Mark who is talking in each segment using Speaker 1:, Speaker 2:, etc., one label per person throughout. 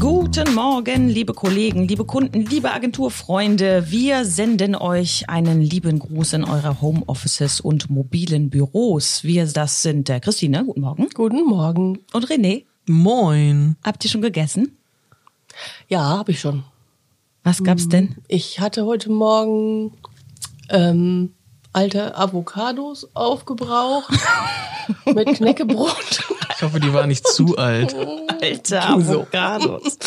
Speaker 1: Guten Morgen, liebe Kollegen, liebe Kunden, liebe Agenturfreunde. Wir senden euch einen lieben Gruß in eure Homeoffices und mobilen Büros. Wir, das sind der Christine, guten Morgen.
Speaker 2: Guten Morgen.
Speaker 1: Und René,
Speaker 3: Moin.
Speaker 1: habt ihr schon gegessen?
Speaker 2: Ja, habe ich schon.
Speaker 1: Was gab's denn?
Speaker 2: Ich hatte heute Morgen ähm, alte Avocados aufgebraucht mit Knäckebrot
Speaker 3: Ich hoffe, die war nicht zu alt.
Speaker 1: Hm. Alter, Avocados.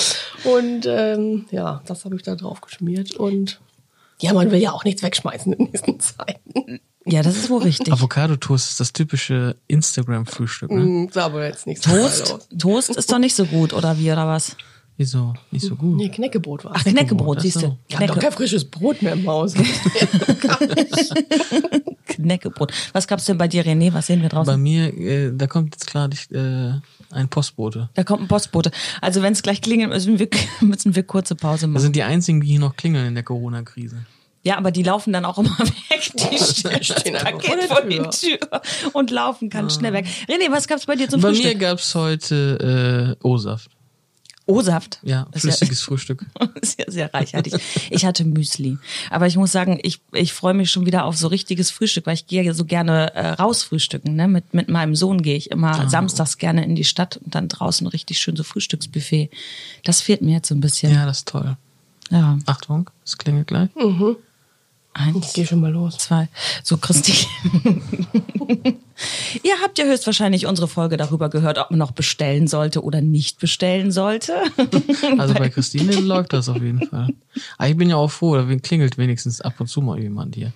Speaker 2: und ähm, ja, das habe ich da drauf geschmiert und ja, man will ja auch nichts wegschmeißen in diesen Zeiten.
Speaker 1: Ja, das ist wohl richtig.
Speaker 3: Avocado-Toast ist das typische Instagram-Frühstück,
Speaker 1: Uh.
Speaker 3: ne?
Speaker 2: Hm, Sah aber jetzt nicht so geil
Speaker 1: Toast,
Speaker 2: aus.
Speaker 1: Toast ist doch nicht so gut, oder wie, oder was?
Speaker 3: Wieso? Nicht so gut.
Speaker 2: Nee, Knäckebrot war
Speaker 1: Ach, Knäckebrot,
Speaker 3: ach
Speaker 1: siehst du.
Speaker 3: so.
Speaker 2: Ich habe doch kein frisches Brot mehr im Haus.
Speaker 1: Knäckebrot. Was gab's denn bei dir, René? Was sehen wir draußen?
Speaker 3: Bei mir, äh, da kommt jetzt klar nicht, äh, ein Postbote.
Speaker 1: Da kommt ein Postbote. Also wenn es gleich klingelt, müssen wir, müssen wir kurze Pause
Speaker 3: Das
Speaker 1: machen.
Speaker 3: sind die einzigen, die hier noch klingeln in der Corona-Krise.
Speaker 1: Ja, aber die laufen dann auch immer weg. Die stellen
Speaker 2: Stehen
Speaker 1: das
Speaker 2: einfach
Speaker 1: Paket vor
Speaker 2: vor
Speaker 1: die
Speaker 2: der
Speaker 1: Tür und laufen ganz schnell weg. René, was gab's bei dir zum
Speaker 3: Bei mir
Speaker 1: Frühstück?
Speaker 3: gab's heute äh, O-Saft.
Speaker 1: O-Saft.
Speaker 3: Ja,
Speaker 1: Das ist ja-
Speaker 3: flüssiges Frühstück.
Speaker 1: sehr, sehr reichhaltig. Ich hatte Müsli. Aber ich muss sagen, ich, ich freue mich schon wieder auf so richtiges Frühstück, weil ich gehe ja so gerne äh, raus frühstücken. Ne? Mit, mit meinem Sohn gehe ich immer samstags gerne in die Stadt und dann draußen richtig schön so Frühstücksbuffet. Das fehlt mir jetzt so ein bisschen. Ja.
Speaker 3: Ja, das ist toll.
Speaker 1: ja.
Speaker 3: Achtung, es klingelt gleich.
Speaker 1: Oh Eins,
Speaker 2: Ich gehe schon mal los.
Speaker 1: zwei. So, Christi. Ihr habt ja höchstwahrscheinlich unsere Folge darüber gehört, ob man noch bestellen sollte oder nicht bestellen sollte.
Speaker 3: Also bei Christine läuft das auf jeden Fall. Aber ich bin ja auch froh, da klingelt wenigstens ab und zu mal jemand hier.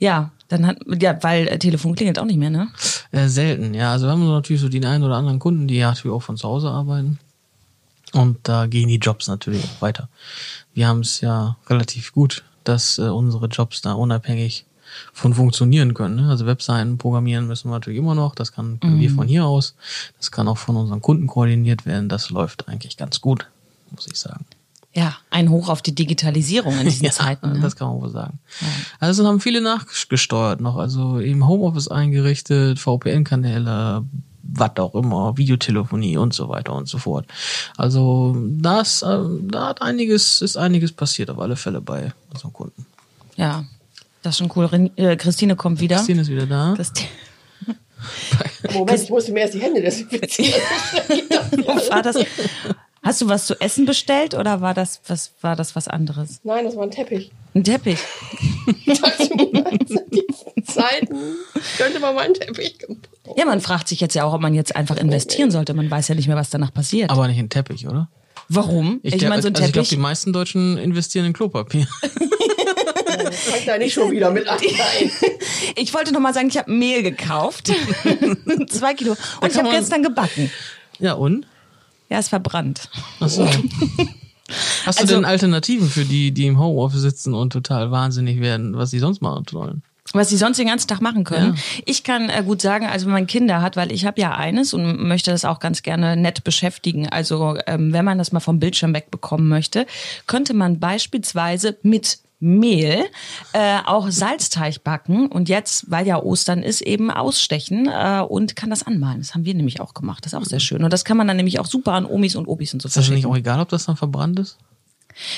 Speaker 1: ja, dann hat, ja, weil äh, Telefon klingelt auch nicht mehr, ne?
Speaker 3: Äh, selten, ja. Also wir haben so natürlich so den einen oder anderen Kunden, die ja natürlich auch von zu Hause arbeiten. Und da gehen die Jobs natürlich auch weiter. Wir haben es ja relativ gut, dass äh, unsere Jobs da unabhängig von funktionieren können. Ne? Also Webseiten programmieren müssen wir natürlich immer noch. Das kann können wir von hier aus. Das kann auch von unseren Kunden koordiniert werden. Das läuft eigentlich ganz gut, muss ich sagen.
Speaker 1: Ja, ein Hoch auf die Digitalisierung in diesen Zeiten. Ne?
Speaker 3: Das kann man wohl sagen. Also haben viele nachgesteuert noch, also im Homeoffice eingerichtet, VPN-Kanäle, was auch immer, Videotelefonie und so weiter und so fort. Also das, äh, da hat einiges, ist einiges passiert auf alle Fälle bei unseren Kunden.
Speaker 1: ja, das ist schon cool. Ren äh, Christine kommt wieder.
Speaker 3: Christine ne? ist wieder da.
Speaker 1: Christi-
Speaker 2: Moment, ich musste mir erst die Hände desinfizieren.
Speaker 1: war das, hast du was zu essen bestellt oder war das was, war das was anderes?
Speaker 2: Nein, das war ein Teppich.
Speaker 1: Ein Teppich.
Speaker 2: dachte mir, also diesen Zeiten könnte man mal einen Teppich gebrauchen.
Speaker 1: Ja, man fragt sich jetzt ja auch, ob man jetzt einfach investieren sollte. Man weiß ja nicht mehr, was danach passiert.
Speaker 3: Aber nicht in Teppich, oder?
Speaker 1: Warum? Ich,
Speaker 3: glaub-
Speaker 1: meine, so ein
Speaker 3: also ich glaube,
Speaker 1: Teppich.
Speaker 3: die meisten Deutschen investieren in Klopapier.
Speaker 2: Fang da nicht schon wieder mit an. Nein.
Speaker 1: Ich wollte noch mal sagen, ich habe Mehl gekauft. Zwei Kilo. Und ich
Speaker 3: kann
Speaker 1: habe
Speaker 3: man-
Speaker 1: gestern gebacken.
Speaker 3: ja, und?
Speaker 1: Ja, ist verbrannt.
Speaker 3: Achso. Hast
Speaker 1: Also-
Speaker 3: du denn Alternativen für die, die im Homeoffice sitzen und total wahnsinnig werden, was sie sonst machen sollen?
Speaker 1: was sie sonst den ganzen Tag machen können. Ich kann äh, gut sagen, also wenn man Kinder hat, weil ich habe ja eines und möchte das auch ganz gerne nett beschäftigen. Also ähm, wenn man das mal vom Bildschirm wegbekommen möchte, könnte man beispielsweise mit Mehl, äh, auch Salzteig backen und jetzt, weil ja Ostern ist, eben ausstechen äh, und kann das anmalen. Das haben wir nämlich auch gemacht. Das ist auch sehr schön. Und das kann man dann nämlich auch super an Omis und Obis und so
Speaker 3: Mhm. Ist das nicht
Speaker 1: verschicken.
Speaker 3: auch egal, ob das dann verbrannt ist?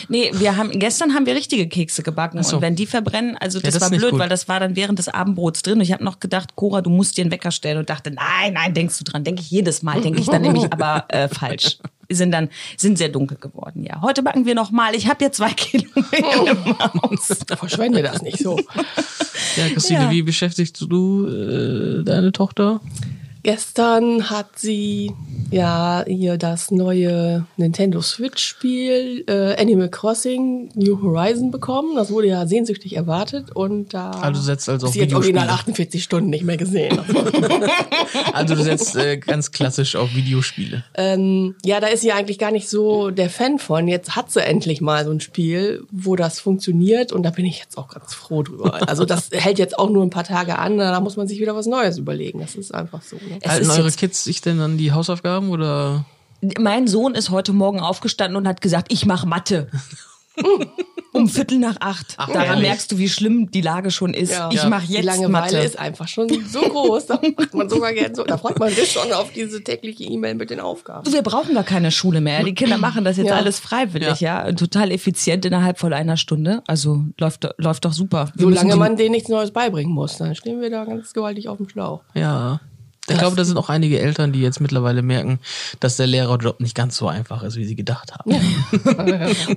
Speaker 1: Nee, wir haben gestern haben wir richtige Kekse gebacken
Speaker 3: so.
Speaker 1: und wenn die verbrennen, also das,
Speaker 3: das
Speaker 1: war
Speaker 3: ist nicht
Speaker 1: blöd,
Speaker 3: gut.
Speaker 1: weil das war dann während des Abendbrots drin. Und ich habe noch gedacht, Cora, du musst dir einen Wecker stellen und dachte, nein, nein, denkst du dran, denke ich jedes Mal, denke ich dann nämlich aber äh, falsch. Sind dann sind sehr dunkel geworden, ja. Heute backen wir noch mal. Ich habe ja zwei Kilo
Speaker 2: Oh.
Speaker 1: Mehl im Haus.
Speaker 2: Verschwende das nicht so.
Speaker 3: Ja, Christine,
Speaker 1: Ja.
Speaker 3: wie beschäftigst du äh, deine Tochter?
Speaker 2: Gestern hat sie ja hier das neue Nintendo Switch-Spiel äh, Animal Crossing New Horizon bekommen. Das wurde ja sehnsüchtig erwartet und da
Speaker 3: Also setzt also auf
Speaker 2: sie hat original
Speaker 3: Videospiele.
Speaker 2: 48 Stunden nicht mehr gesehen.
Speaker 3: Also du setzt äh, ganz klassisch auf Videospiele.
Speaker 2: Ähm, ja, da ist sie eigentlich gar nicht so der Fan von. Jetzt hat sie endlich mal so ein Spiel, wo das funktioniert und da bin ich jetzt auch ganz froh drüber. Also das hält jetzt auch nur ein paar Tage an, da muss man sich wieder was Neues überlegen. Das ist einfach so. Ne?
Speaker 1: Es
Speaker 3: Halten
Speaker 1: ist
Speaker 3: eure
Speaker 1: jetzt-
Speaker 3: Kids sich denn an die Hausaufgaben oder?
Speaker 2: Oh.
Speaker 1: Mein Sohn ist heute Morgen aufgestanden und hat gesagt, ich mache Mathe. um Viertel nach acht.
Speaker 3: Ach,
Speaker 1: Daran
Speaker 3: ehrlich?
Speaker 1: merkst du, wie schlimm die Lage schon ist.
Speaker 2: Ja.
Speaker 1: Ich
Speaker 2: Ja.
Speaker 1: mache jetzt
Speaker 2: die Langeweile
Speaker 1: Mathe.
Speaker 2: ist einfach schon so groß. Da macht man sogar gerne so, da freut man sich schon auf diese tägliche E-Mail mit den Aufgaben.
Speaker 1: Du, wir brauchen gar keine Schule mehr. Die Kinder machen das jetzt
Speaker 2: Ja.
Speaker 1: alles freiwillig, ja. Total effizient innerhalb von einer Stunde. Also läuft, do- läuft doch super. Wir müssen
Speaker 2: Solange
Speaker 1: die-
Speaker 2: man denen nichts Neues beibringen muss, dann stehen wir da ganz gewaltig auf dem Schlauch.
Speaker 3: Ja. Ich glaube, da sind auch einige Eltern, die jetzt mittlerweile merken, dass der Lehrerjob nicht ganz so einfach ist, wie sie gedacht haben.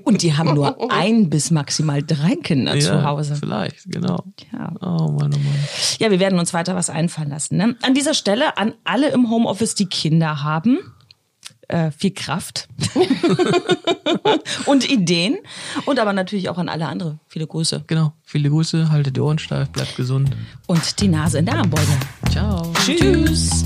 Speaker 1: und die haben nur ein bis maximal drei Kinder zu Hause.
Speaker 3: Vielleicht, genau.
Speaker 1: Ja.
Speaker 3: Oh Mann, oh Mann.
Speaker 1: Ja, wir werden uns weiter was einfallen lassen. Ne? An dieser Stelle an alle im Homeoffice, die Kinder haben. Äh, viel Kraft und Ideen und aber natürlich auch an alle andere. Viele Grüße
Speaker 3: Genau. Viele Grüße, haltet die Ohren steif, bleibt gesund.
Speaker 1: und die Nase in der Armbeuge.
Speaker 3: Ciao.
Speaker 1: Tschüss.